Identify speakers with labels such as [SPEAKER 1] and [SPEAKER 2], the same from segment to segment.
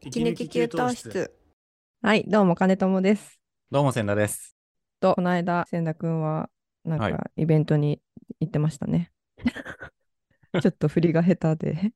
[SPEAKER 1] 息抜き給湯室。
[SPEAKER 2] はい、どうも、金友です。
[SPEAKER 3] どうも、千田です。
[SPEAKER 2] と、この間、千田くんは、なん
[SPEAKER 3] はい
[SPEAKER 2] か、イベントに行ってました ね。ちょっと振りが下手で。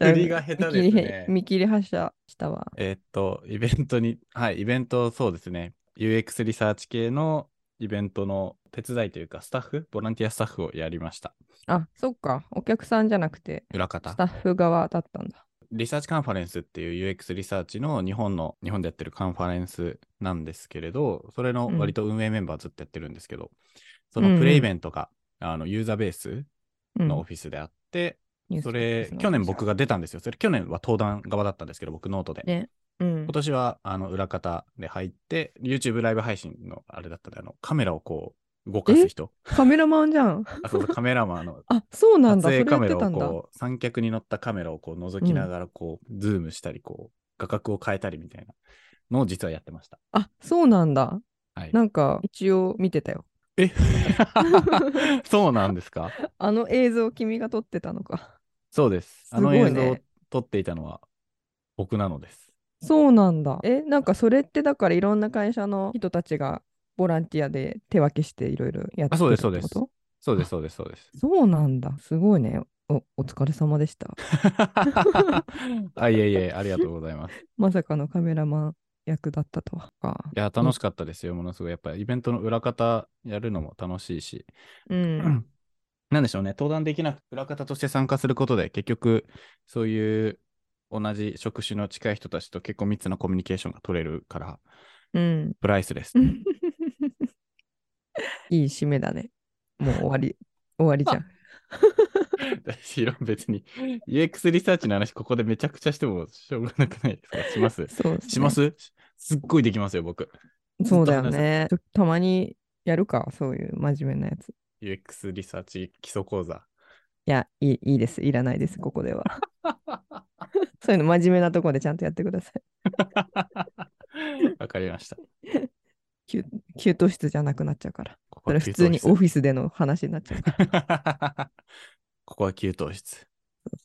[SPEAKER 3] 振りが下手ですね
[SPEAKER 2] 見切りへ見切り発車したわ。
[SPEAKER 3] えーっと、イベントに、はい、イベント、そうですね。UX リサーチ系のイベントの手伝いというか、スタッフ、ボランティアスタッフをやりました。
[SPEAKER 2] あ、そっか。お客さんじゃなくて、
[SPEAKER 3] 裏
[SPEAKER 2] ス
[SPEAKER 3] 方
[SPEAKER 2] タ。ッフ側だったんだ。
[SPEAKER 3] リサーチカンファレンスっていう UX リサーチの日本の、日本でやってるカンファレンスなんですけれど、それの割と運営メンバーずっとやってるんですけど、そ
[SPEAKER 2] うんう
[SPEAKER 3] の
[SPEAKER 2] ん
[SPEAKER 3] プレイイベントが、あのユーザーベース
[SPEAKER 2] うん
[SPEAKER 3] のオフィスであって、
[SPEAKER 2] ニュース
[SPEAKER 3] そ
[SPEAKER 2] で
[SPEAKER 3] れ
[SPEAKER 2] すね、
[SPEAKER 3] 去年僕が出たんですよ。それ去年は登壇側だったんですけど、僕ノートで。
[SPEAKER 2] ね。うん
[SPEAKER 3] 今。年はあの裏方で入って、YouTube ライブ配信のあれだったんで、あのカメラをこう動かす人、
[SPEAKER 2] カメラマンじゃん。
[SPEAKER 3] あそうカメラマンの
[SPEAKER 2] あ、そう なん
[SPEAKER 3] 撮
[SPEAKER 2] だ。それ
[SPEAKER 3] 影
[SPEAKER 2] や
[SPEAKER 3] カ
[SPEAKER 2] って
[SPEAKER 3] メラ
[SPEAKER 2] た
[SPEAKER 3] を
[SPEAKER 2] んだ。
[SPEAKER 3] こう三脚に乗ったカメラをこう覗きながらこう、ズームしたりこう画角を変えたりみたいなのを実はやってました。
[SPEAKER 2] あ、そうなんだ。
[SPEAKER 3] はい、
[SPEAKER 2] なんか、一応見てたよ。
[SPEAKER 3] え そうなんですか
[SPEAKER 2] あの映像、君が撮ってたのか。
[SPEAKER 3] そうです。
[SPEAKER 2] す
[SPEAKER 3] あ
[SPEAKER 2] ご
[SPEAKER 3] の
[SPEAKER 2] いね
[SPEAKER 3] 映像を撮っていたのは僕なのです。
[SPEAKER 2] そうなんだ。え、なんかそれってだからいろんな会社の人たちがボランティアで手分けしていろいろやって
[SPEAKER 3] あそう
[SPEAKER 2] る
[SPEAKER 3] で
[SPEAKER 2] って
[SPEAKER 3] す
[SPEAKER 2] こと
[SPEAKER 3] そうですそうです、そうです、そう です。
[SPEAKER 2] そうなんだ。すごいね。お、お疲れ様でした。
[SPEAKER 3] あ、いえいえ、ありがとうございます。
[SPEAKER 2] まさかのカメラマン役だったとは。
[SPEAKER 3] いや、楽しかったですよ、ものすごい。やっぱりイベントの裏方やるのも楽しいし、
[SPEAKER 2] うん。
[SPEAKER 3] なんでしょうね、登壇できなく、裏方として参加することで、結局、そういう同じ職種の近い人たちと結構密なコミュニケーションが取れるから、
[SPEAKER 2] うん。
[SPEAKER 3] プライスレス。
[SPEAKER 2] いい締めだね。もう終わり。終わりじゃん。
[SPEAKER 3] 私は別に、UX リサーチの話、ここでめちゃくちゃしてもしょうがなくないですかします
[SPEAKER 2] そうですね
[SPEAKER 3] しますすっごいできますよ、僕。
[SPEAKER 2] そうだよ
[SPEAKER 3] ずっと話
[SPEAKER 2] ね。ちょたまにやるか、そういう真面目なやつ。い
[SPEAKER 3] UX リサーチ基礎講座。
[SPEAKER 2] や、いいいいです。いらないです、ここでは。 そういうの真面目なところでちゃんとやってください。
[SPEAKER 3] わかりました。
[SPEAKER 2] 給給湯室じゃなくなっちゃうから。
[SPEAKER 3] ここ
[SPEAKER 2] そ
[SPEAKER 3] は
[SPEAKER 2] れ普通に
[SPEAKER 3] 給湯室
[SPEAKER 2] オフィスでの話になっちゃう から。
[SPEAKER 3] ここは給湯室。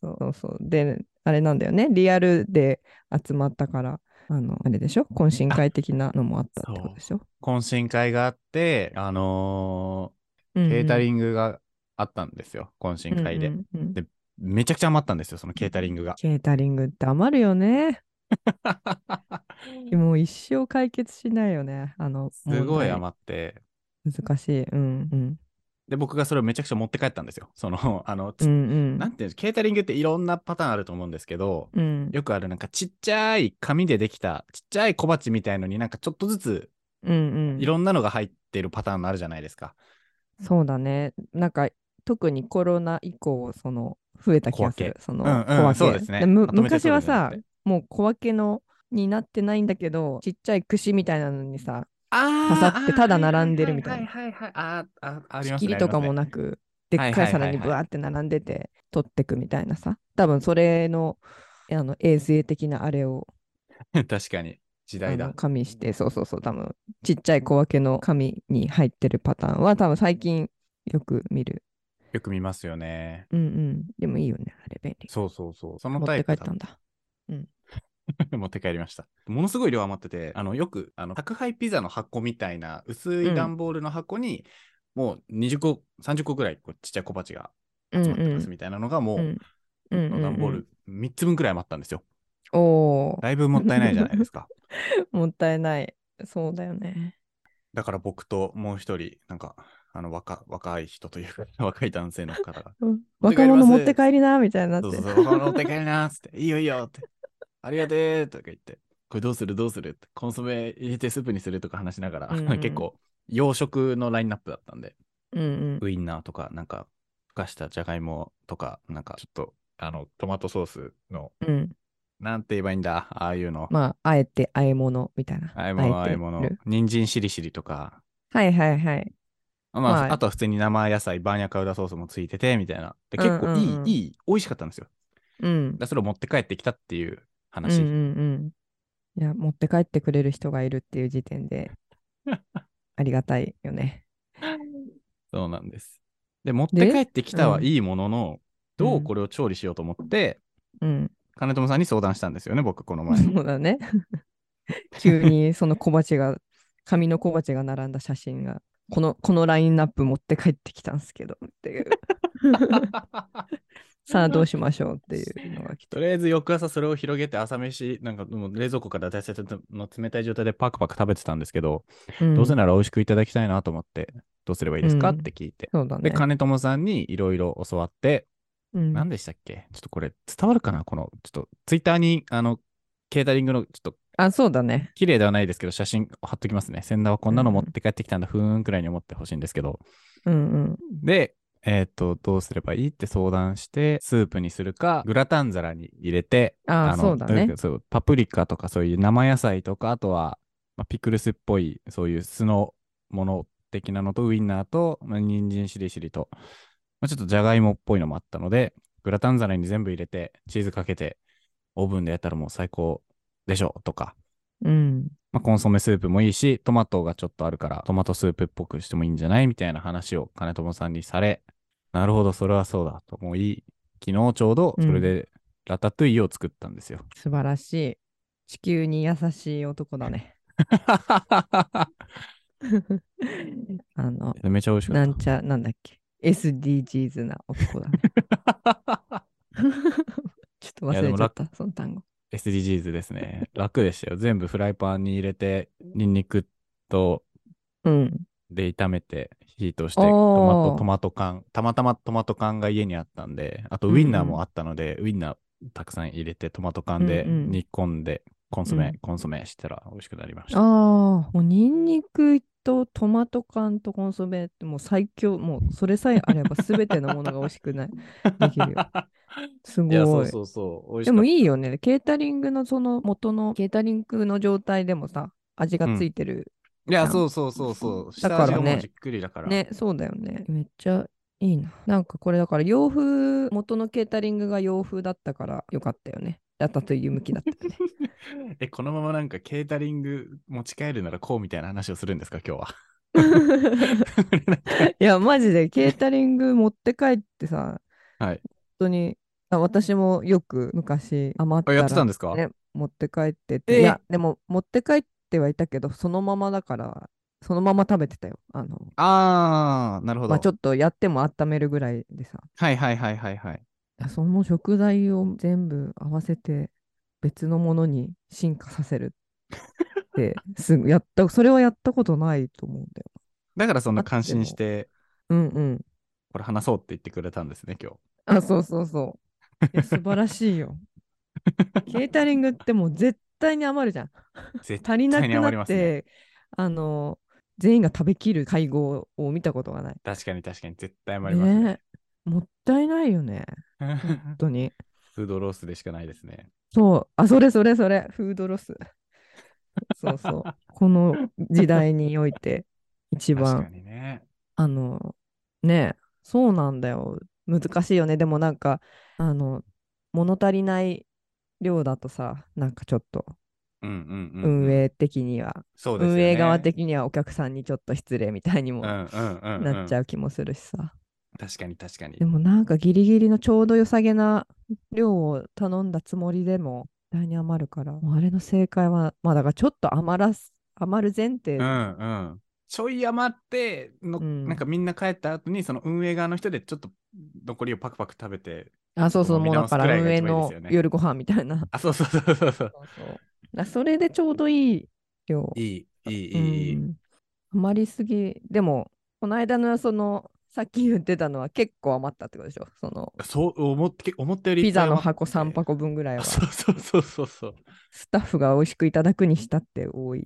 [SPEAKER 2] そうそうそう。で、あれなんだよね。リアルで集まったから、あの、あれでしょ懇親会的なのもあったってことでしょ
[SPEAKER 3] 懇親会があって、あの
[SPEAKER 2] うんう
[SPEAKER 3] ー
[SPEAKER 2] ん
[SPEAKER 3] ケータリングがあったんですよ、懇親会で、
[SPEAKER 2] うんうんうん
[SPEAKER 3] でめちゃくちゃ余ったんですよ、そのケータリン グが。
[SPEAKER 2] ケータリングって余るよね。もう一生解決しないよね。あの、
[SPEAKER 3] すごい
[SPEAKER 2] 問題
[SPEAKER 3] 余って。
[SPEAKER 2] 難しい。うんうん。
[SPEAKER 3] で、僕がそれをめちゃくちゃ持って帰ったんですよ。その、 あの、
[SPEAKER 2] う
[SPEAKER 3] ち
[SPEAKER 2] んうん。
[SPEAKER 3] なんていうんですケータリングっていろんなパターンあると思うんですけど、
[SPEAKER 2] うん
[SPEAKER 3] よくあるなんかちっちゃい紙でできたちっちゃい小鉢みたいのになんかちょっとずつ
[SPEAKER 2] うんうん
[SPEAKER 3] いろんなのが入ってるパターンあるじゃないですか。
[SPEAKER 2] そうだね。なんか特にコロナ以降、その増えた気がす
[SPEAKER 3] 小
[SPEAKER 2] る。その
[SPEAKER 3] うんうん
[SPEAKER 2] 小分け。
[SPEAKER 3] そうですね
[SPEAKER 2] む
[SPEAKER 3] まとめて
[SPEAKER 2] 昔
[SPEAKER 3] 取る
[SPEAKER 2] は
[SPEAKER 3] んじゃな
[SPEAKER 2] さ
[SPEAKER 3] くて、
[SPEAKER 2] もう小分けのになってないんだけど、ちっちゃい串みたいなのにさ、
[SPEAKER 3] あ
[SPEAKER 2] ー刺さってただ並んでるみたいな
[SPEAKER 3] はいはいはいはいはい。あーあ、あり
[SPEAKER 2] 仕
[SPEAKER 3] ます
[SPEAKER 2] 切
[SPEAKER 3] ね。
[SPEAKER 2] りとかも
[SPEAKER 3] な
[SPEAKER 2] なく、で
[SPEAKER 3] は
[SPEAKER 2] っ
[SPEAKER 3] い
[SPEAKER 2] か
[SPEAKER 3] はいいはい
[SPEAKER 2] 皿にぶわーって並んでて、取ってくみたいなさ。多分それの、あの衛生的なあれを
[SPEAKER 3] 確かに時
[SPEAKER 2] あ
[SPEAKER 3] 代だ
[SPEAKER 2] の。紙して、そうそうそう、多分ちっちゃい小分けの紙に入ってるパターンは、多分最近よく見る。
[SPEAKER 3] よく見ますよね。
[SPEAKER 2] うんうん。でもいいよね、あれ便利。
[SPEAKER 3] そうそうそう。その
[SPEAKER 2] 持っ
[SPEAKER 3] タ
[SPEAKER 2] て
[SPEAKER 3] イ
[SPEAKER 2] 帰
[SPEAKER 3] プ
[SPEAKER 2] っ
[SPEAKER 3] だ
[SPEAKER 2] たんだ。
[SPEAKER 3] 持って帰りました。ものすごい量余ってて、あのよくあの宅配ピザの箱みたいな薄
[SPEAKER 2] うん
[SPEAKER 3] い段ボールの箱に、もう20個、30個ぐらいこうちっちゃい小鉢が
[SPEAKER 2] うん
[SPEAKER 3] 集まってま
[SPEAKER 2] うん
[SPEAKER 3] すみたいなのが、もう、
[SPEAKER 2] うんうんうんうん
[SPEAKER 3] 段ボール3つ分くらい余ったんですよ。
[SPEAKER 2] おお
[SPEAKER 3] だいぶもったいないじゃないで すか。
[SPEAKER 2] ー、もったいない。そうだよね。
[SPEAKER 3] だから僕ともう一人、なんか、あの若若い人 というか、若い男性の方が、持って帰
[SPEAKER 2] 若
[SPEAKER 3] ります
[SPEAKER 2] 者持って帰りなみたいになって。
[SPEAKER 3] そうそうそう、若者お手軽なーっつって、いいよいいよって、ありがてーとか言って、これどうするどうするって、コンソメ入れてスープにするとか話しながら、
[SPEAKER 2] うんうん
[SPEAKER 3] 結構洋食のラインナップだったんで、
[SPEAKER 2] うん
[SPEAKER 3] ウインナーとか、なんか、ふかしたじゃがいもとか、なんかちょっと、あの、トマトソースの、
[SPEAKER 2] うんうん。
[SPEAKER 3] なんて言えばいいんだ、ああいうの。
[SPEAKER 2] まあ、あえて、あえ物みたいな。
[SPEAKER 3] あえ物あ
[SPEAKER 2] て
[SPEAKER 3] え物
[SPEAKER 2] る。
[SPEAKER 3] 人参しりしりとか、
[SPEAKER 2] はいはいはい。
[SPEAKER 3] まあ、
[SPEAKER 2] はい
[SPEAKER 3] あとは普通に生野菜、バーニャカウダソースもついてて、みたいな。で結構いい、
[SPEAKER 2] うんうんうん
[SPEAKER 3] いい、美味しかったんですよ。
[SPEAKER 2] うん。
[SPEAKER 3] だそれを持って帰ってきたっていう
[SPEAKER 2] うん
[SPEAKER 3] 話。
[SPEAKER 2] うんうん。いや、持って帰ってくれる人がいるっていう時点 で、ありがたいよね。
[SPEAKER 3] そうなんです。で、持って帰ってきた
[SPEAKER 2] う
[SPEAKER 3] は
[SPEAKER 2] ん
[SPEAKER 3] いいものの、ど
[SPEAKER 2] うん
[SPEAKER 3] うこれを調理しようと思って、
[SPEAKER 2] うん。
[SPEAKER 3] 金友さんに相談したんですよね、僕、この前。
[SPEAKER 2] そうだね。 急にその小鉢が、紙の小鉢が並んだ写真が、この、このラインナップ持って帰ってきたんですけどって いう。さあどうしましょうっていうのが来
[SPEAKER 3] と
[SPEAKER 2] て。
[SPEAKER 3] りあえず翌朝それを広げて朝飯、なんかもう冷蔵庫から出せたての冷たい状態でパクパク食べてたんですけど、 どうせ
[SPEAKER 2] ん
[SPEAKER 3] なら美味しくいただきたいなと思って、どうすればいいですか、
[SPEAKER 2] うん
[SPEAKER 3] って聞いて。
[SPEAKER 2] そうだ
[SPEAKER 3] で、
[SPEAKER 2] ね。
[SPEAKER 3] 金友さんにいろいろ教わって、
[SPEAKER 2] うん
[SPEAKER 3] 何でしたっけちょっとこれ伝わるかなこの、ちょっとツイッターに、あの、ケータリングのちょっと
[SPEAKER 2] あ、そうだね。
[SPEAKER 3] 綺麗ではないですけど、写真貼っときますね。先代はこんなの持って帰ってきたんだ、ふーんくらいに思ってほしいんですけど。
[SPEAKER 2] うんうん。
[SPEAKER 3] で、えっ、と、どうすればいいって相談して、スープにするか、グラタン皿に入れて、
[SPEAKER 2] あー
[SPEAKER 3] の
[SPEAKER 2] そうだね
[SPEAKER 3] とにかくそうパプリカとかそういう生野菜とか、あとは、まあ、ピクルスっぽい、そういう酢のもの的なのと、ウインナーと、まあ、人参しりしりと、まあ、ちょっとじゃがいもっぽいのもあったので、グラタン皿に全部入れて、チーズかけて、オーブンでやったらもう最高でしょとか、
[SPEAKER 2] うん。
[SPEAKER 3] まあ、コンソメスープもいいし、トマトがちょっとあるから、トマトスープっぽくしてもいいんじゃないみたいな話を金友さんにされ、なるほど、それはそうだと思い、昨日ちょうどそれでラタトゥイユを作ったんですよ。
[SPEAKER 2] 素晴らしい。地球に優しい男だね。あの、
[SPEAKER 3] めちゃ美味しか
[SPEAKER 2] な
[SPEAKER 3] っ
[SPEAKER 2] んちゃ、なんだっけ。SDGs な男 だね。
[SPEAKER 3] た。
[SPEAKER 2] ちょっと忘れちゃった、その単語。
[SPEAKER 3] SDGs ですね。楽でしたよ。全部フライパンに入れて、ニンニクと
[SPEAKER 2] うん。
[SPEAKER 3] で炒めて、火通して、
[SPEAKER 2] お
[SPEAKER 3] ト
[SPEAKER 2] ー
[SPEAKER 3] マト、トマト缶、たまたまトマト缶が家にあったんで、あとウインナー
[SPEAKER 2] うんうん
[SPEAKER 3] もあったので、ウインナーたくさん入れて、トマト缶で
[SPEAKER 2] うんうん
[SPEAKER 3] 煮込んで、コンソ
[SPEAKER 2] う
[SPEAKER 3] メ
[SPEAKER 2] ん、
[SPEAKER 3] コンソメしたら美味しくなりまし
[SPEAKER 2] ああ
[SPEAKER 3] た。、
[SPEAKER 2] もうニンニクとトマト缶とコンソメってもう最強、もうそれさえあれば全てのものが美味しく ない。できるよ。すご
[SPEAKER 3] いや、そう
[SPEAKER 2] い。
[SPEAKER 3] そうそう。美味し
[SPEAKER 2] で
[SPEAKER 3] か
[SPEAKER 2] も
[SPEAKER 3] い
[SPEAKER 2] いいよね。ケータリングのその元のケータリングの状態でもさ、味がついてる。
[SPEAKER 3] や、そうそうそうそう。
[SPEAKER 2] だから
[SPEAKER 3] 下味が
[SPEAKER 2] ね
[SPEAKER 3] もうじっくりだから。
[SPEAKER 2] ね、そうだよね。めっちゃいいな。なんかこれだから洋風、元のケータリングが洋風だったからよかったよね。ラタトゥイユ向きだったよね。
[SPEAKER 3] え、このままなんかケータリング持ち帰るならこうみたいな話をするんですか、今日は。
[SPEAKER 2] いや、マジでケータリング持って帰ってさ、
[SPEAKER 3] はい
[SPEAKER 2] 本当にあ私もよく昔余ったら、
[SPEAKER 3] あ
[SPEAKER 2] ね、
[SPEAKER 3] やってたんですか
[SPEAKER 2] 持って帰って
[SPEAKER 3] え
[SPEAKER 2] て、いや、でも持って帰ってはいたけど、そのままだから、そのまま食べてたよ。あの、
[SPEAKER 3] あー、なるほど。
[SPEAKER 2] まあ、ちょっとやっても温めるぐらいでさ、
[SPEAKER 3] はいはいはいはいはい。
[SPEAKER 2] その食材を全部合わせて別のものに進化させるって、すぐやった、それはやったことないと思うんだよ。
[SPEAKER 3] だからそんな
[SPEAKER 2] あっても
[SPEAKER 3] 感心して、
[SPEAKER 2] うんうん。
[SPEAKER 3] これ話そうって言ってくれたんですね、今日。
[SPEAKER 2] あ、そうそうそう。いや、素晴らしい よ。ケータリングってもう絶対に余るじゃん。
[SPEAKER 3] 絶
[SPEAKER 2] 足りなく
[SPEAKER 3] 対に余り
[SPEAKER 2] なっ
[SPEAKER 3] ますね。
[SPEAKER 2] て、あの、全員が食べきる会合を見たことがない。
[SPEAKER 3] 確かに確かに絶対余りますね。
[SPEAKER 2] えもったいないよね。 本当に。
[SPEAKER 3] フードロースでしかないですね。
[SPEAKER 2] そう。あ、それそれそれ。フードロス。そうそう。この時代において、一
[SPEAKER 3] 確か
[SPEAKER 2] 番、
[SPEAKER 3] にね。
[SPEAKER 2] あの、ねえそうなんだよ。難しいよね。でもなんか、あの、物足りない量だとさ、なんかちょっと
[SPEAKER 3] うんうんうん。
[SPEAKER 2] 運。営的には、
[SPEAKER 3] そうですよ
[SPEAKER 2] 運
[SPEAKER 3] ね。
[SPEAKER 2] 営側的にはお客さんにちょっと失礼みたいにも
[SPEAKER 3] うんうんうん、うん。
[SPEAKER 2] なっちゃう気もするしさ。
[SPEAKER 3] 確かに確かに
[SPEAKER 2] で。もなんかギリギリのちょうど良さげな量を頼んだつもりでも絶対に余るからもうあれの正解はまあだからちょっと余らす余る前提、
[SPEAKER 3] うんうん。ちょい余っての、
[SPEAKER 2] うん
[SPEAKER 3] なんかみんな帰った後に、その運営側の人でちょっと残りをパクパク食べて、
[SPEAKER 2] あそうそう
[SPEAKER 3] 飲み
[SPEAKER 2] もうだ
[SPEAKER 3] 直す
[SPEAKER 2] から
[SPEAKER 3] く
[SPEAKER 2] 運
[SPEAKER 3] らい
[SPEAKER 2] 営
[SPEAKER 3] が一番いいで
[SPEAKER 2] の
[SPEAKER 3] すよね
[SPEAKER 2] 夜ご飯みたいな
[SPEAKER 3] あ、そうそうそうそうそう。
[SPEAKER 2] そうそうだからそれでちょうどいい量
[SPEAKER 3] いい、いい、
[SPEAKER 2] う
[SPEAKER 3] いい。いい
[SPEAKER 2] ん余りすぎでもこの間のそのさっき言ってたのは結構余ったってことでしょその
[SPEAKER 3] そう思って、思ったよりい
[SPEAKER 2] ピ
[SPEAKER 3] っぱい
[SPEAKER 2] ザの
[SPEAKER 3] 余って
[SPEAKER 2] 箱3。箱分ぐらいはス
[SPEAKER 3] そうそうそうそうそう。
[SPEAKER 2] タッフが美味しくいただくにしたって多い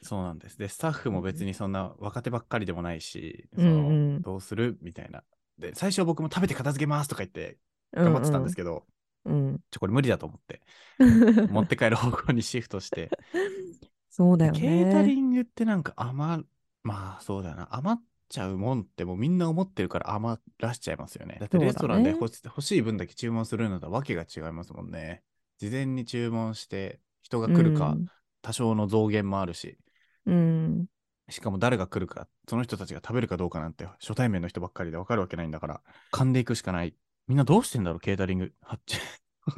[SPEAKER 3] そうなんです。で、スタッフも別にそんな若手ばっかりでもないし、
[SPEAKER 2] うん
[SPEAKER 3] その
[SPEAKER 2] うん
[SPEAKER 3] どうするみたいな。で、最初僕も食べて片付けますとか言って頑張ってたんですけど、
[SPEAKER 2] うんうん、
[SPEAKER 3] ちょ、これ無理だと思 って、
[SPEAKER 2] うん、
[SPEAKER 3] 持って帰る方向にシフトして。
[SPEAKER 2] そうだよね。
[SPEAKER 3] ケータリングってなんか余る、まあそうだよな、余っちゃうもんってもうみんな思ってるから余らしちゃいますよね。だっ
[SPEAKER 2] そ
[SPEAKER 3] て
[SPEAKER 2] うだね
[SPEAKER 3] レストランで欲し,、欲しい分だけ注文するのとはわけが違いますもんね。事前に注文して人が来るか、多少の増減もあるし、
[SPEAKER 2] うん。うん。
[SPEAKER 3] しかも誰が来るか、その人たちが食べるかどうかなんて初 対面の人ばっかりでわかるわけないんだから、噛んでいくしかない。みんなどうしてんだろう、ケータリング。発注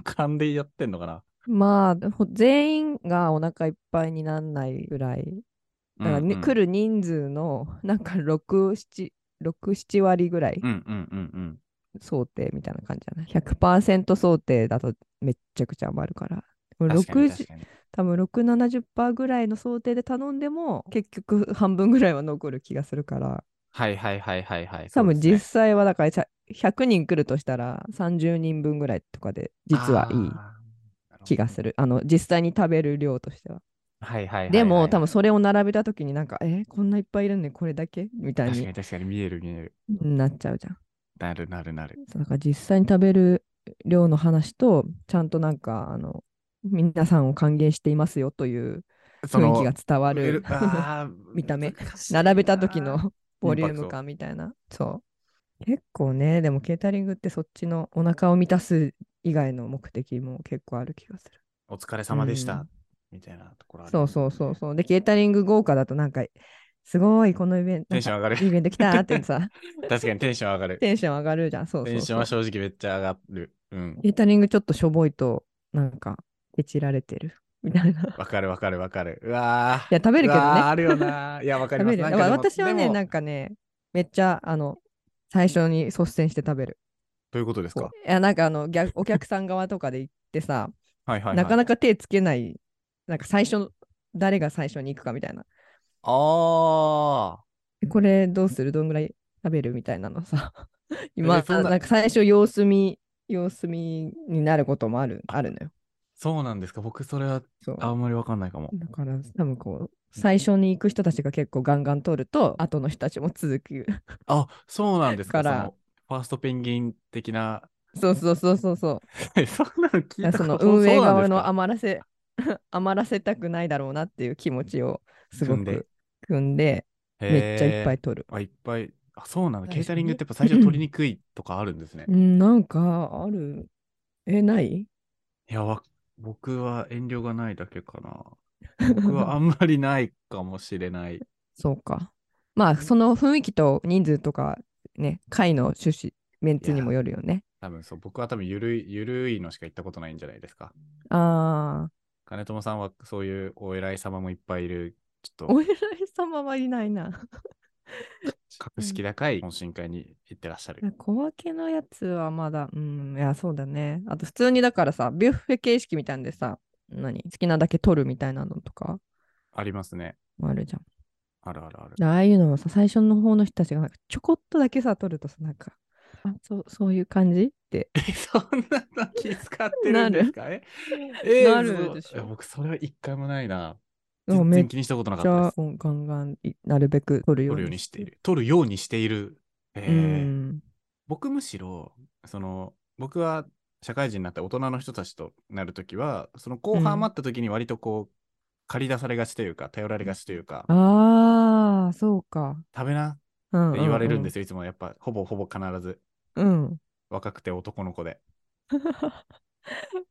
[SPEAKER 3] 勘でやってんのかな。
[SPEAKER 2] まあ、ほ全員がお腹いっぱいにならないぐらい、だからね
[SPEAKER 3] うんうん
[SPEAKER 2] 来る人数のなんか6、7、6、7割ぐらい
[SPEAKER 3] うんうんうんうん。
[SPEAKER 2] 想定みたいな感じじゃない ?100% 想定だとめっちゃくちゃ余るから。
[SPEAKER 3] 確かに
[SPEAKER 2] 60
[SPEAKER 3] 確かに
[SPEAKER 2] 多分6、70%ぐらいの想定で頼んでも結局半分ぐらいは残る気がするから
[SPEAKER 3] はいはいはいはいはい。
[SPEAKER 2] 多分
[SPEAKER 3] そうで
[SPEAKER 2] 実
[SPEAKER 3] すね
[SPEAKER 2] 際はだからさ100人来るとしたら30人分ぐらいとかで実はいい
[SPEAKER 3] あー
[SPEAKER 2] 気がするあの実際に食べる量としては
[SPEAKER 3] はいはいはいはい。
[SPEAKER 2] でも多分それを並べた時になんかえこんないっぱいいるのにこれだけみたい
[SPEAKER 3] 確か
[SPEAKER 2] に
[SPEAKER 3] に確かに見える見える。
[SPEAKER 2] なっちゃうじゃん
[SPEAKER 3] なるなるなる。
[SPEAKER 2] そうだから実際に食べる量の話とちゃんとなんかあの皆さんを還元していますよという
[SPEAKER 3] そ
[SPEAKER 2] 雰囲
[SPEAKER 3] の
[SPEAKER 2] 気が伝わ る
[SPEAKER 3] あー
[SPEAKER 2] 見た目
[SPEAKER 3] 難しいな
[SPEAKER 2] 並べた時のボリュー
[SPEAKER 3] インパ
[SPEAKER 2] ム
[SPEAKER 3] クト
[SPEAKER 2] 感みたいな。そう。結構ね、でもケータリングってそっちのお腹を満たす以外の目的も結構ある気がする。
[SPEAKER 3] お疲れ様でし
[SPEAKER 2] う
[SPEAKER 3] た
[SPEAKER 2] ん。
[SPEAKER 3] みたいなところある。
[SPEAKER 2] そうそうそうそう。で、ケータリング豪華だとなんか、すごい、このイベント、
[SPEAKER 3] テ
[SPEAKER 2] なん
[SPEAKER 3] ンション
[SPEAKER 2] か
[SPEAKER 3] 上がる
[SPEAKER 2] いい。イベント来たってさ、
[SPEAKER 3] 確かにテンション上がる。
[SPEAKER 2] テンション上がるじゃん。そう
[SPEAKER 3] テ
[SPEAKER 2] そう
[SPEAKER 3] ンションは
[SPEAKER 2] そう。
[SPEAKER 3] 正直めっちゃ上がる。うん。
[SPEAKER 2] ケータリングちょっとしょぼいと、なんか、ケチられてる みたいな。い
[SPEAKER 3] わかるわかるわかる。うわー。
[SPEAKER 2] や、食べるけ
[SPEAKER 3] う
[SPEAKER 2] ど
[SPEAKER 3] わ
[SPEAKER 2] ね
[SPEAKER 3] ー。あるよなー。いや、わかり
[SPEAKER 2] 食
[SPEAKER 3] ま
[SPEAKER 2] べ
[SPEAKER 3] す。
[SPEAKER 2] るよ
[SPEAKER 3] な
[SPEAKER 2] だか
[SPEAKER 3] んか
[SPEAKER 2] ら
[SPEAKER 3] でも
[SPEAKER 2] 私はね、
[SPEAKER 3] でも
[SPEAKER 2] なんかね、めっちゃ、あの、最初に率先して食べる。
[SPEAKER 3] どういうことですか
[SPEAKER 2] いやなんかあの逆お客さん側とかで行ってさ
[SPEAKER 3] はいはいはい。
[SPEAKER 2] なかなか手つけないなんか最初の誰が最初に行くかみたいな
[SPEAKER 3] あ
[SPEAKER 2] えこれどうするどんぐらい食べるみたいなのさ今
[SPEAKER 3] えそんな
[SPEAKER 2] なんか最初様子見様子見になることもあるあるのよ
[SPEAKER 3] ー。そうなんですか。僕、それは
[SPEAKER 2] そう
[SPEAKER 3] あんまりわかんないかも。
[SPEAKER 2] だから多分こう最初に行く人たちが結構ガンガン通ると後の人たちも続く
[SPEAKER 3] あ、そうなんですか。
[SPEAKER 2] から
[SPEAKER 3] そのファーストペンギン的な。
[SPEAKER 2] そうそうそうそうそう
[SPEAKER 3] え そんなの聞い
[SPEAKER 2] だ
[SPEAKER 3] た
[SPEAKER 2] からそ
[SPEAKER 3] こ
[SPEAKER 2] の
[SPEAKER 3] と
[SPEAKER 2] 運営
[SPEAKER 3] そうなんで
[SPEAKER 2] 側
[SPEAKER 3] す
[SPEAKER 2] の
[SPEAKER 3] か
[SPEAKER 2] 余らせ 余らせたくないだろうなっていう気持ちをすご
[SPEAKER 3] 組んで
[SPEAKER 2] く組んでめっちゃいっぱ
[SPEAKER 3] へ
[SPEAKER 2] い取る。
[SPEAKER 3] ーあ、いっぱい。あ、そうなんだ。
[SPEAKER 2] 最初に
[SPEAKER 3] ケータリングってやっぱ最初取りにくいとかあるんですね
[SPEAKER 2] う。ん、なんかある。え、ない
[SPEAKER 3] いや、わ僕は遠慮がないだけか な。僕はあんまりないかもしれない。
[SPEAKER 2] そうか。まあ、その雰囲気と人数とか、ね、会の趣旨、メンツにもよるよね。
[SPEAKER 3] 多分そう、僕は多分ゆるい、ゆるいのしか行ったことないんじゃないですか。
[SPEAKER 2] ああ、
[SPEAKER 3] 金友さんはそういうお偉い様もいっぱいいる、ちょっと
[SPEAKER 2] お偉い様はいないな。
[SPEAKER 3] 格式高い懇親会に行ってらっしゃる。
[SPEAKER 2] 小分けのやつはまだ、うん、いや、そうだね。あと、普通にだからさ、ビュッフェ形式みたいんでさ、何好きなだけ取るみたいなのとか
[SPEAKER 3] ありますね。
[SPEAKER 2] もあるじゃん。
[SPEAKER 3] あるあるある。
[SPEAKER 2] ああいうのをさ、最初の方の人たちがなんかちょこっとだけさ、取るとさ、なんか、あ、そう、そういう感じって。
[SPEAKER 3] え そんなの気使ってるんですかねえ
[SPEAKER 2] なる
[SPEAKER 3] そう
[SPEAKER 2] でしょ
[SPEAKER 3] いや僕、それは一回もないな。
[SPEAKER 2] もう
[SPEAKER 3] 全
[SPEAKER 2] めっ
[SPEAKER 3] 然気にしたことな
[SPEAKER 2] め
[SPEAKER 3] か
[SPEAKER 2] っ
[SPEAKER 3] っ
[SPEAKER 2] ち
[SPEAKER 3] た
[SPEAKER 2] ゃ
[SPEAKER 3] です。
[SPEAKER 2] うんガンガンいなるべく取るよう
[SPEAKER 3] 取る
[SPEAKER 2] に
[SPEAKER 3] ようにしている。取るようにしている。え
[SPEAKER 2] う
[SPEAKER 3] ー
[SPEAKER 2] ん
[SPEAKER 3] 僕むしろ、その、僕は社会人になって大人の人たちとなるときは、その後半余ったときに割とこう、借り出されがちというか、頼られがちというか、
[SPEAKER 2] ああそうか、
[SPEAKER 3] 食べなっ
[SPEAKER 2] うん、
[SPEAKER 3] て言われるんですすよ。いつもやっぱ、ほぼほぼ必ず
[SPEAKER 2] うん、
[SPEAKER 3] 若くて男の子で。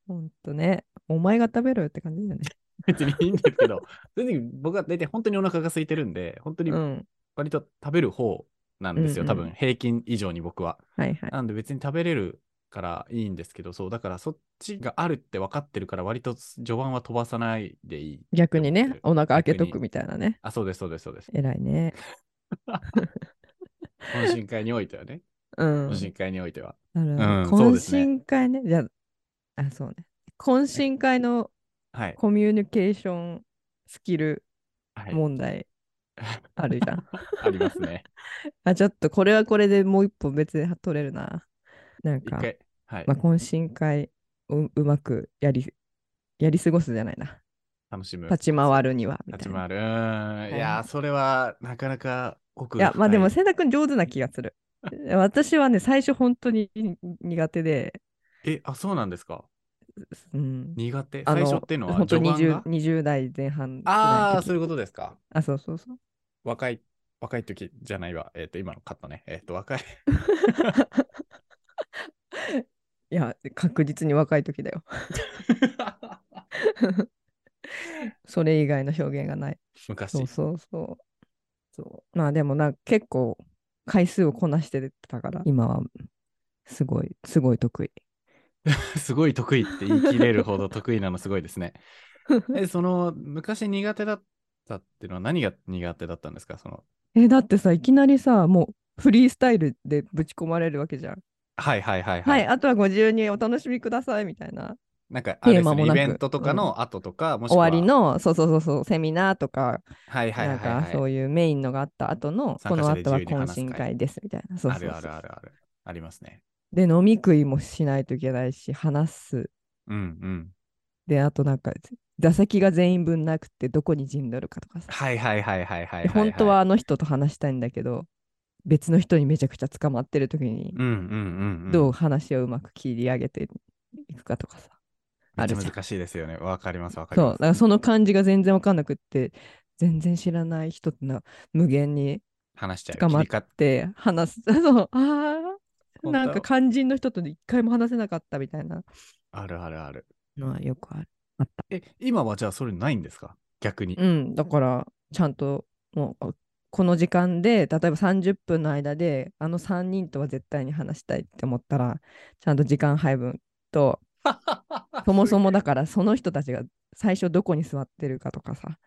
[SPEAKER 2] ほんとねお前が食べろよって感じだよね
[SPEAKER 3] 別にいいんです けど、そういう時僕は大体本当にお腹が空いてるんで、本当に
[SPEAKER 2] うん
[SPEAKER 3] 割と食べる方なんですよ、
[SPEAKER 2] うんうん
[SPEAKER 3] 多分平均以上に僕は。
[SPEAKER 2] はいはい
[SPEAKER 3] なんで別に食べれるからいいんですけど、そう、だからそっちがあるって分かってるから、割と序盤は飛ばさないでいい。
[SPEAKER 2] 逆に
[SPEAKER 3] 思っ
[SPEAKER 2] ね
[SPEAKER 3] てる
[SPEAKER 2] お腹開けと
[SPEAKER 3] 逆
[SPEAKER 2] く
[SPEAKER 3] に
[SPEAKER 2] みたいなね
[SPEAKER 3] あ、そうです、そうです、そうです。
[SPEAKER 2] 偉いね
[SPEAKER 3] 懇親会においてはね。
[SPEAKER 2] うん
[SPEAKER 3] 懇親会においては。
[SPEAKER 2] なるほど
[SPEAKER 3] うんそうで
[SPEAKER 2] 懇
[SPEAKER 3] すね
[SPEAKER 2] 親会ねじゃああそうね懇親会の
[SPEAKER 3] はい。
[SPEAKER 2] コミュニケーションスキル
[SPEAKER 3] はい。
[SPEAKER 2] 問題あるじゃん
[SPEAKER 3] ありますね。
[SPEAKER 2] あちょっとこれはこれでもう一本別で取れるな なん
[SPEAKER 3] 一
[SPEAKER 2] か
[SPEAKER 3] 回。はい
[SPEAKER 2] まあ、。懇親会をうまくやりやり過ごすじゃないな
[SPEAKER 3] 楽しむ。
[SPEAKER 2] 立ち回るにはみたいな
[SPEAKER 3] 立ち回る。うーん。い
[SPEAKER 2] は
[SPEAKER 3] や
[SPEAKER 2] い
[SPEAKER 3] ー、それはなかなか奥
[SPEAKER 2] い
[SPEAKER 3] が
[SPEAKER 2] やまあでも
[SPEAKER 3] 深
[SPEAKER 2] 千田君上手な気がする私はね最初本当に苦手で、
[SPEAKER 3] え、あ、そうなんですか。
[SPEAKER 2] うん、
[SPEAKER 3] 苦手。
[SPEAKER 2] あ
[SPEAKER 3] 最
[SPEAKER 2] の
[SPEAKER 3] 初っていうのは、
[SPEAKER 2] 本当
[SPEAKER 3] 序
[SPEAKER 2] に
[SPEAKER 3] 盤
[SPEAKER 2] 20,
[SPEAKER 3] が
[SPEAKER 2] 20代前半ぐらいの
[SPEAKER 3] ああ、
[SPEAKER 2] 時
[SPEAKER 3] そういうことですか。
[SPEAKER 2] あそうそうそう
[SPEAKER 3] 若い、若い時じゃないわ。えっ、と、今のカットね。えっ、と、若い。
[SPEAKER 2] いや確実に若い時だよ それ以外の表現がない
[SPEAKER 3] 昔。
[SPEAKER 2] そうそうそうそうまあでもなんか結構回数をこなしてたから今はすごいすごい得意
[SPEAKER 3] すごい得意って言い切れるほど得意なのすごいで すね。え、その、昔苦手だったっていうのは何が苦手だったんですかその、
[SPEAKER 2] え、だってさ、いきなりさ、もうフリースタイルでぶち込まれるわけじゃん。
[SPEAKER 3] はいはいはい
[SPEAKER 2] は、
[SPEAKER 3] はいい。
[SPEAKER 2] あとはご自由にお楽しみくださいみたいな。
[SPEAKER 3] なんか、あれで
[SPEAKER 2] テー
[SPEAKER 3] す
[SPEAKER 2] マ
[SPEAKER 3] ね、
[SPEAKER 2] も
[SPEAKER 3] イ
[SPEAKER 2] なく
[SPEAKER 3] ベントとかの後とか、もしく
[SPEAKER 2] 終
[SPEAKER 3] は、
[SPEAKER 2] わりの、そうそうそうそう、セミナーとか、
[SPEAKER 3] はいはい
[SPEAKER 2] ない
[SPEAKER 3] は
[SPEAKER 2] んか
[SPEAKER 3] はい。
[SPEAKER 2] そういうメインのがあった後の、
[SPEAKER 3] 参
[SPEAKER 2] こ
[SPEAKER 3] 加
[SPEAKER 2] の
[SPEAKER 3] 者で
[SPEAKER 2] 後は
[SPEAKER 3] 自由に
[SPEAKER 2] 懇
[SPEAKER 3] 話す会
[SPEAKER 2] 親会ですみたいな。そう
[SPEAKER 3] あ
[SPEAKER 2] そうそう
[SPEAKER 3] るあるあるある。ありますね。
[SPEAKER 2] で、飲み食いもしないといけないし、話す。
[SPEAKER 3] うんうん。
[SPEAKER 2] で、あとなんか、座席が全員分なくて、どこに陣取るかとかさ。
[SPEAKER 3] はいはいはいはいはい
[SPEAKER 2] で
[SPEAKER 3] いい。
[SPEAKER 2] 本当は、あの人と話したいんだけど、別の人にめちゃくちゃ捕まってる時に、
[SPEAKER 3] うんうんうん、うん。
[SPEAKER 2] どう話をうまく切り上げていくかとかさ。
[SPEAKER 3] めっち
[SPEAKER 2] ある
[SPEAKER 3] ゃ
[SPEAKER 2] じゃん
[SPEAKER 3] 難しいですよね。わかりますわかり
[SPEAKER 2] そう、
[SPEAKER 3] ま
[SPEAKER 2] だ
[SPEAKER 3] す。
[SPEAKER 2] からその感じが全然わかんなくって、全然知らない人とな無限に
[SPEAKER 3] 話しちゃう。
[SPEAKER 2] 捕まっ
[SPEAKER 3] 切り替
[SPEAKER 2] で話す。 そう、ああ、
[SPEAKER 3] 本当
[SPEAKER 2] なんか肝心の人と一回も話せなかったみたいな
[SPEAKER 3] あるあるある。
[SPEAKER 2] のはよくある。
[SPEAKER 3] え、今はじゃあそれないんですか逆に。
[SPEAKER 2] うん、だから、ちゃんともう、あこの時間で、例えば30分の間で、あの3人とは絶対に話したいって思ったら、ちゃんと時間配分と、そもそもだから、その人たちが最初どこに座ってるかとかさ、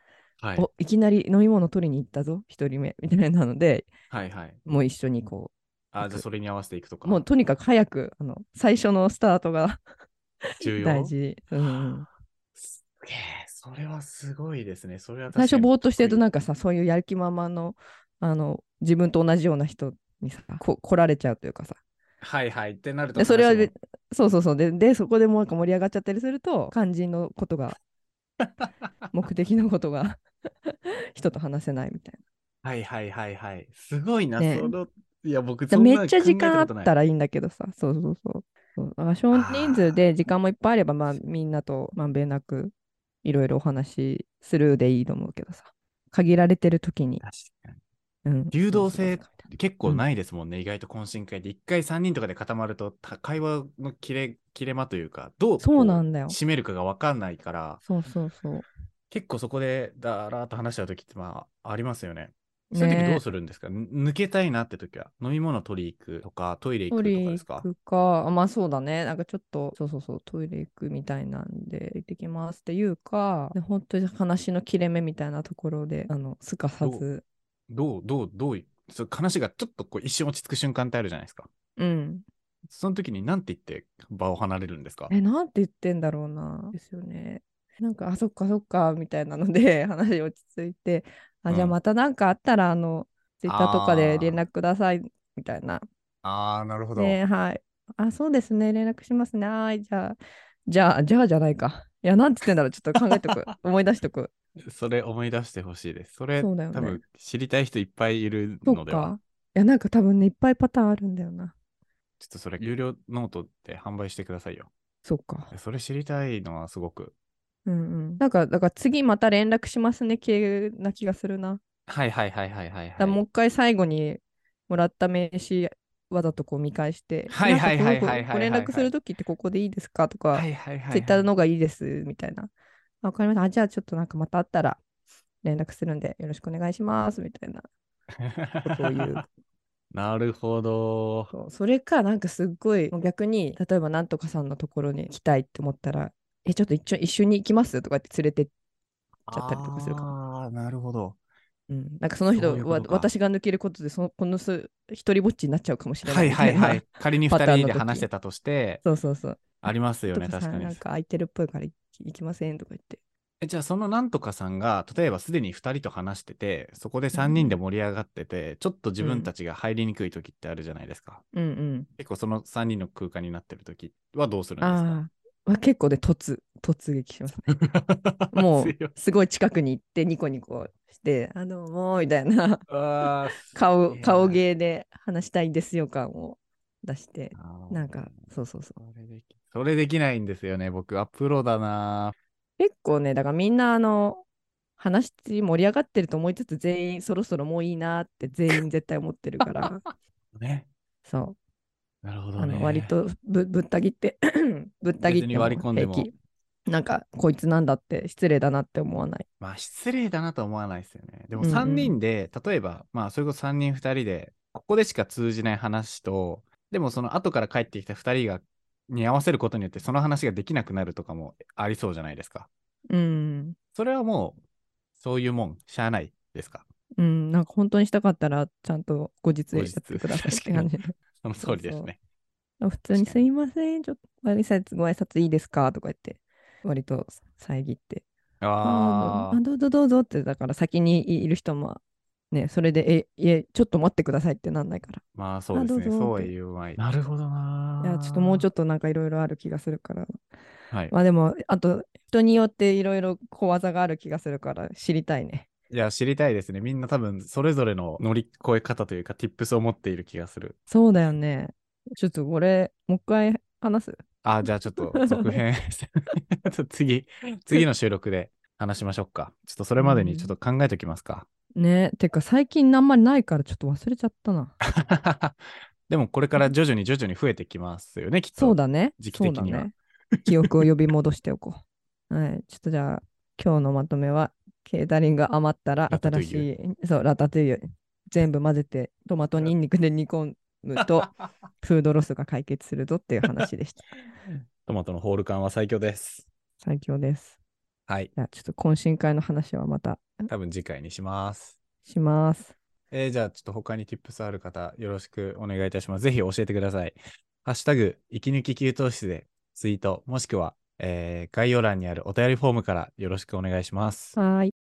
[SPEAKER 3] はい
[SPEAKER 2] おいきなり飲み物取りに行ったぞ、1人目みたいなので、
[SPEAKER 3] はいはい。
[SPEAKER 2] もう一緒にこう、
[SPEAKER 3] あ、じゃあそれに合わせていくとか。
[SPEAKER 2] もうとにかく早くあの最初のスタートが
[SPEAKER 3] 重要
[SPEAKER 2] 大事、うん、
[SPEAKER 3] すげえ、それはすごいですね。それは
[SPEAKER 2] 最初ぼーっとしてるとなんんかさそういうやる気満々のあの自分と同じような人にさこ来られちゃうというかさ
[SPEAKER 3] はいはいってなると。
[SPEAKER 2] でそれは
[SPEAKER 3] 話も
[SPEAKER 2] でそうそうそうででそこでもうなんか盛り上がっちゃったりすると肝心のこと が目的のことが 人と話せないみたい
[SPEAKER 3] はいはいはいはい。すごいな、
[SPEAKER 2] ね
[SPEAKER 3] その。いや、僕、
[SPEAKER 2] な
[SPEAKER 3] そんな
[SPEAKER 2] めっちゃ時間あっ
[SPEAKER 3] 考え
[SPEAKER 2] た
[SPEAKER 3] こ
[SPEAKER 2] らいいんだけどさそうそうそうそうだから少人数で時間もいっぱいあればまあみんなとまんべんなくいろいろお話しするでいいと思うけどさ限られてる時に
[SPEAKER 3] とない。確かに
[SPEAKER 2] うん、
[SPEAKER 3] 流動性
[SPEAKER 2] そうそう
[SPEAKER 3] 結構ないですもんね、意外と懇親会で一回3人とかで固まるとた会話の切れ切れ間というかどう
[SPEAKER 2] そう
[SPEAKER 3] こ
[SPEAKER 2] なんだよ
[SPEAKER 3] 締めるかが分かんないから
[SPEAKER 2] そうそうそうそう
[SPEAKER 3] 結構そこでだらーっと話しちゃう時ってまあありますよね。
[SPEAKER 2] ね
[SPEAKER 3] そういう時どうするんですか、ぬ抜けたいなって時は飲み物取り行くとかトイレ行
[SPEAKER 2] ト
[SPEAKER 3] く
[SPEAKER 2] イレ
[SPEAKER 3] とかで
[SPEAKER 2] 行
[SPEAKER 3] すか
[SPEAKER 2] くかあまあそうだねなんかちょっとそうそうそうトイレ行くみたいなんで行ってきますっていうかで本当に話の切れ目みたいなところであのすかさず
[SPEAKER 3] どうどうどういそう話がちょっとこう一瞬落ち着く瞬間ってあるじゃないですか。
[SPEAKER 2] うん
[SPEAKER 3] その時に何て言って場を離れるんですか
[SPEAKER 2] え、なんて言ってんだろうな。ですよね。なんか、あ、そっかそっか、みたいなので、 話落ち着いて、あ、じゃあ
[SPEAKER 3] うん
[SPEAKER 2] またなんかあったら、あの、ツイッターとか
[SPEAKER 3] あ
[SPEAKER 2] で
[SPEAKER 3] ー
[SPEAKER 2] 連絡ください、みたいな。
[SPEAKER 3] ああなるほ
[SPEAKER 2] で、はい。あ、そうですね、連絡しますね。はーい、じゃあ、じゃあ、じゃあじゃないか。いや、なんて言ってんだろう、ちょっと考えと く。思い出しとく。
[SPEAKER 3] それ思い出してほしいです。それ
[SPEAKER 2] そうだよね
[SPEAKER 3] 多分知りたい人いっぱいいる
[SPEAKER 2] そ
[SPEAKER 3] の
[SPEAKER 2] っ
[SPEAKER 3] では。
[SPEAKER 2] か。いや、なんか多分ね、いっぱいパターンあるんだよな。
[SPEAKER 3] ちょっとそれ有料ノートって販売してくださいよ。
[SPEAKER 2] そっか。
[SPEAKER 3] それ知りたいのはすごく。
[SPEAKER 2] うんうん。なんか、だから次また連絡しますね、系な気がするな。
[SPEAKER 3] はいはいはいはいはい、
[SPEAKER 2] だから
[SPEAKER 3] は
[SPEAKER 2] もう一回最後にもらった名刺わざとこう見返して、
[SPEAKER 3] はいはいはいは
[SPEAKER 2] な
[SPEAKER 3] いはい
[SPEAKER 2] んかこの子ご連絡するときってここでいいですかとか、
[SPEAKER 3] はいはいはい。
[SPEAKER 2] ツイッターの。がいいですみたいな。あわかりました。あじゃあちょっとなんかまたあったら連絡するんでよろしくお願いしますみた いなことを言う。
[SPEAKER 3] なるほど。
[SPEAKER 2] そうそれかなんかすっごいもう逆に例えばなんとかさんのところに行きたいって思ったら、え、ちょっと一緒一緒に行きますとかって連れてっちゃったりとかするかも。
[SPEAKER 3] ああ、なるほど。
[SPEAKER 2] うん、なんかその人
[SPEAKER 3] そういうこと
[SPEAKER 2] わ
[SPEAKER 3] か
[SPEAKER 2] 私が抜けることでそのこのす一人ぼっちになっちゃうかもしれな
[SPEAKER 3] はいい
[SPEAKER 2] みた
[SPEAKER 3] はいい
[SPEAKER 2] な
[SPEAKER 3] はい。仮に
[SPEAKER 2] パター
[SPEAKER 3] 2
[SPEAKER 2] ン
[SPEAKER 3] 人
[SPEAKER 2] の
[SPEAKER 3] で
[SPEAKER 2] 時
[SPEAKER 3] 話してたとして、
[SPEAKER 2] そうそうそう。
[SPEAKER 3] ありますよ
[SPEAKER 2] と
[SPEAKER 3] ね、
[SPEAKER 2] か
[SPEAKER 3] 確
[SPEAKER 2] さ
[SPEAKER 3] か
[SPEAKER 2] な
[SPEAKER 3] に
[SPEAKER 2] ん。か空いてるっぽいから行き行きませんとか言って。
[SPEAKER 3] えじゃあ、そのなんとかさんが、例えばすでに2人と話してて、そこで3人で盛り上がってて、ちょっと自分たちが入りにくい時ってあるじゃないですか。
[SPEAKER 2] うんうん。
[SPEAKER 3] 結構その3人の空間になってる時はどうするんですか
[SPEAKER 2] ああ。まあ、結構で突突撃しますね。 も
[SPEAKER 3] 強いう
[SPEAKER 2] すごい近くに行ってニコニコして、あどうもみたいな
[SPEAKER 3] あーす
[SPEAKER 2] 顔
[SPEAKER 3] げえな
[SPEAKER 2] 顔芸で話したいんですよ感を出して、
[SPEAKER 3] あー
[SPEAKER 2] なんかそうそうそう。
[SPEAKER 3] それできそれできないんですよね僕アプロだな
[SPEAKER 2] 結構ね、だからみんなあの話盛り上がってると思いつつ全員そろそろもういいなって全員絶対思ってる から、
[SPEAKER 3] ね
[SPEAKER 2] そう。
[SPEAKER 3] なるほど
[SPEAKER 2] あ
[SPEAKER 3] ね
[SPEAKER 2] の割とぶぶった切って ぶった切っ
[SPEAKER 3] 別
[SPEAKER 2] て
[SPEAKER 3] に割り込んでも
[SPEAKER 2] 平気なんかこいつなんだって失礼だなって思わない
[SPEAKER 3] まあ失礼だなとは思わないですよねでも
[SPEAKER 2] うんうん
[SPEAKER 3] 3人で、例えばまあそれこそ3人2人でここでしか通じない話とでもその後から帰ってきた2人がに合わせることによってその話ができなくなるとかもありそうじゃないですか。
[SPEAKER 2] うん。
[SPEAKER 3] それはもう、そういうもん、しゃあないですか。
[SPEAKER 2] うん、なんか本当にしたかったら、ちゃんと後日
[SPEAKER 3] 後
[SPEAKER 2] や
[SPEAKER 3] 日
[SPEAKER 2] ってくださいって感じ。
[SPEAKER 3] その通りですね。
[SPEAKER 2] 普通にすいません、ちょっとご挨拶ご挨拶いいですかとか言って、割と遮って。
[SPEAKER 3] あ
[SPEAKER 2] あどうぞどうぞって、だから先にいる人も、ね、それで、え、いえ、ちょっと待ってくださいってなんないから。
[SPEAKER 3] あ、まあそうですね。
[SPEAKER 2] あどうぞ
[SPEAKER 3] そうは言うまい。なるほどない
[SPEAKER 2] や、ちょっともうちょ
[SPEAKER 3] っ
[SPEAKER 2] っとなんかいろいろある気がするから。
[SPEAKER 3] と。はい。
[SPEAKER 2] まあでも、あと、人によっていろいろ小技がある気がするから知りたいね。
[SPEAKER 3] いや、知りたいですね。みんな多分、それぞれの乗り越え方というか、tips を持っている気がする。
[SPEAKER 2] そうだよね。ちょっとこれ、もう一回話す。
[SPEAKER 3] あ、じゃあちょっと続 編 次、次の収録で話しましょうか。ちょっとそれまでにちょっと考えておきますか。
[SPEAKER 2] ね、てか最近あんまりないからちょっと忘れちゃったな。
[SPEAKER 3] でもこれから徐々に徐々に増えてきますよね、きっと。
[SPEAKER 2] そうだね。
[SPEAKER 3] 時期的には
[SPEAKER 2] そうだね。記憶を呼び戻しておこう。 はい。ちょっとじゃあ、今日のまとめは、ケータリングが余ったら
[SPEAKER 3] ラタトゥ
[SPEAKER 2] 新
[SPEAKER 3] イユ
[SPEAKER 2] しい、そう、ラタトゥイユ、全部混ぜて、トマトニンニクで煮込む と、フードロスが解決するぞっていう話でした。
[SPEAKER 3] トマトのホール感は最強です。
[SPEAKER 2] 最強です。
[SPEAKER 3] はい。
[SPEAKER 2] じゃあ、ちょっと懇親会の話はまた
[SPEAKER 3] 多分次回にします。
[SPEAKER 2] します。
[SPEAKER 3] えーじゃあちょっと他に tips ある方、よろしくお願いいたします。ぜひ教えてください。ハッシュタグ、息抜き給湯室でツイート、もしくは、えー概要欄にあるお便りフォームからよろしくお願いします。
[SPEAKER 2] はーい。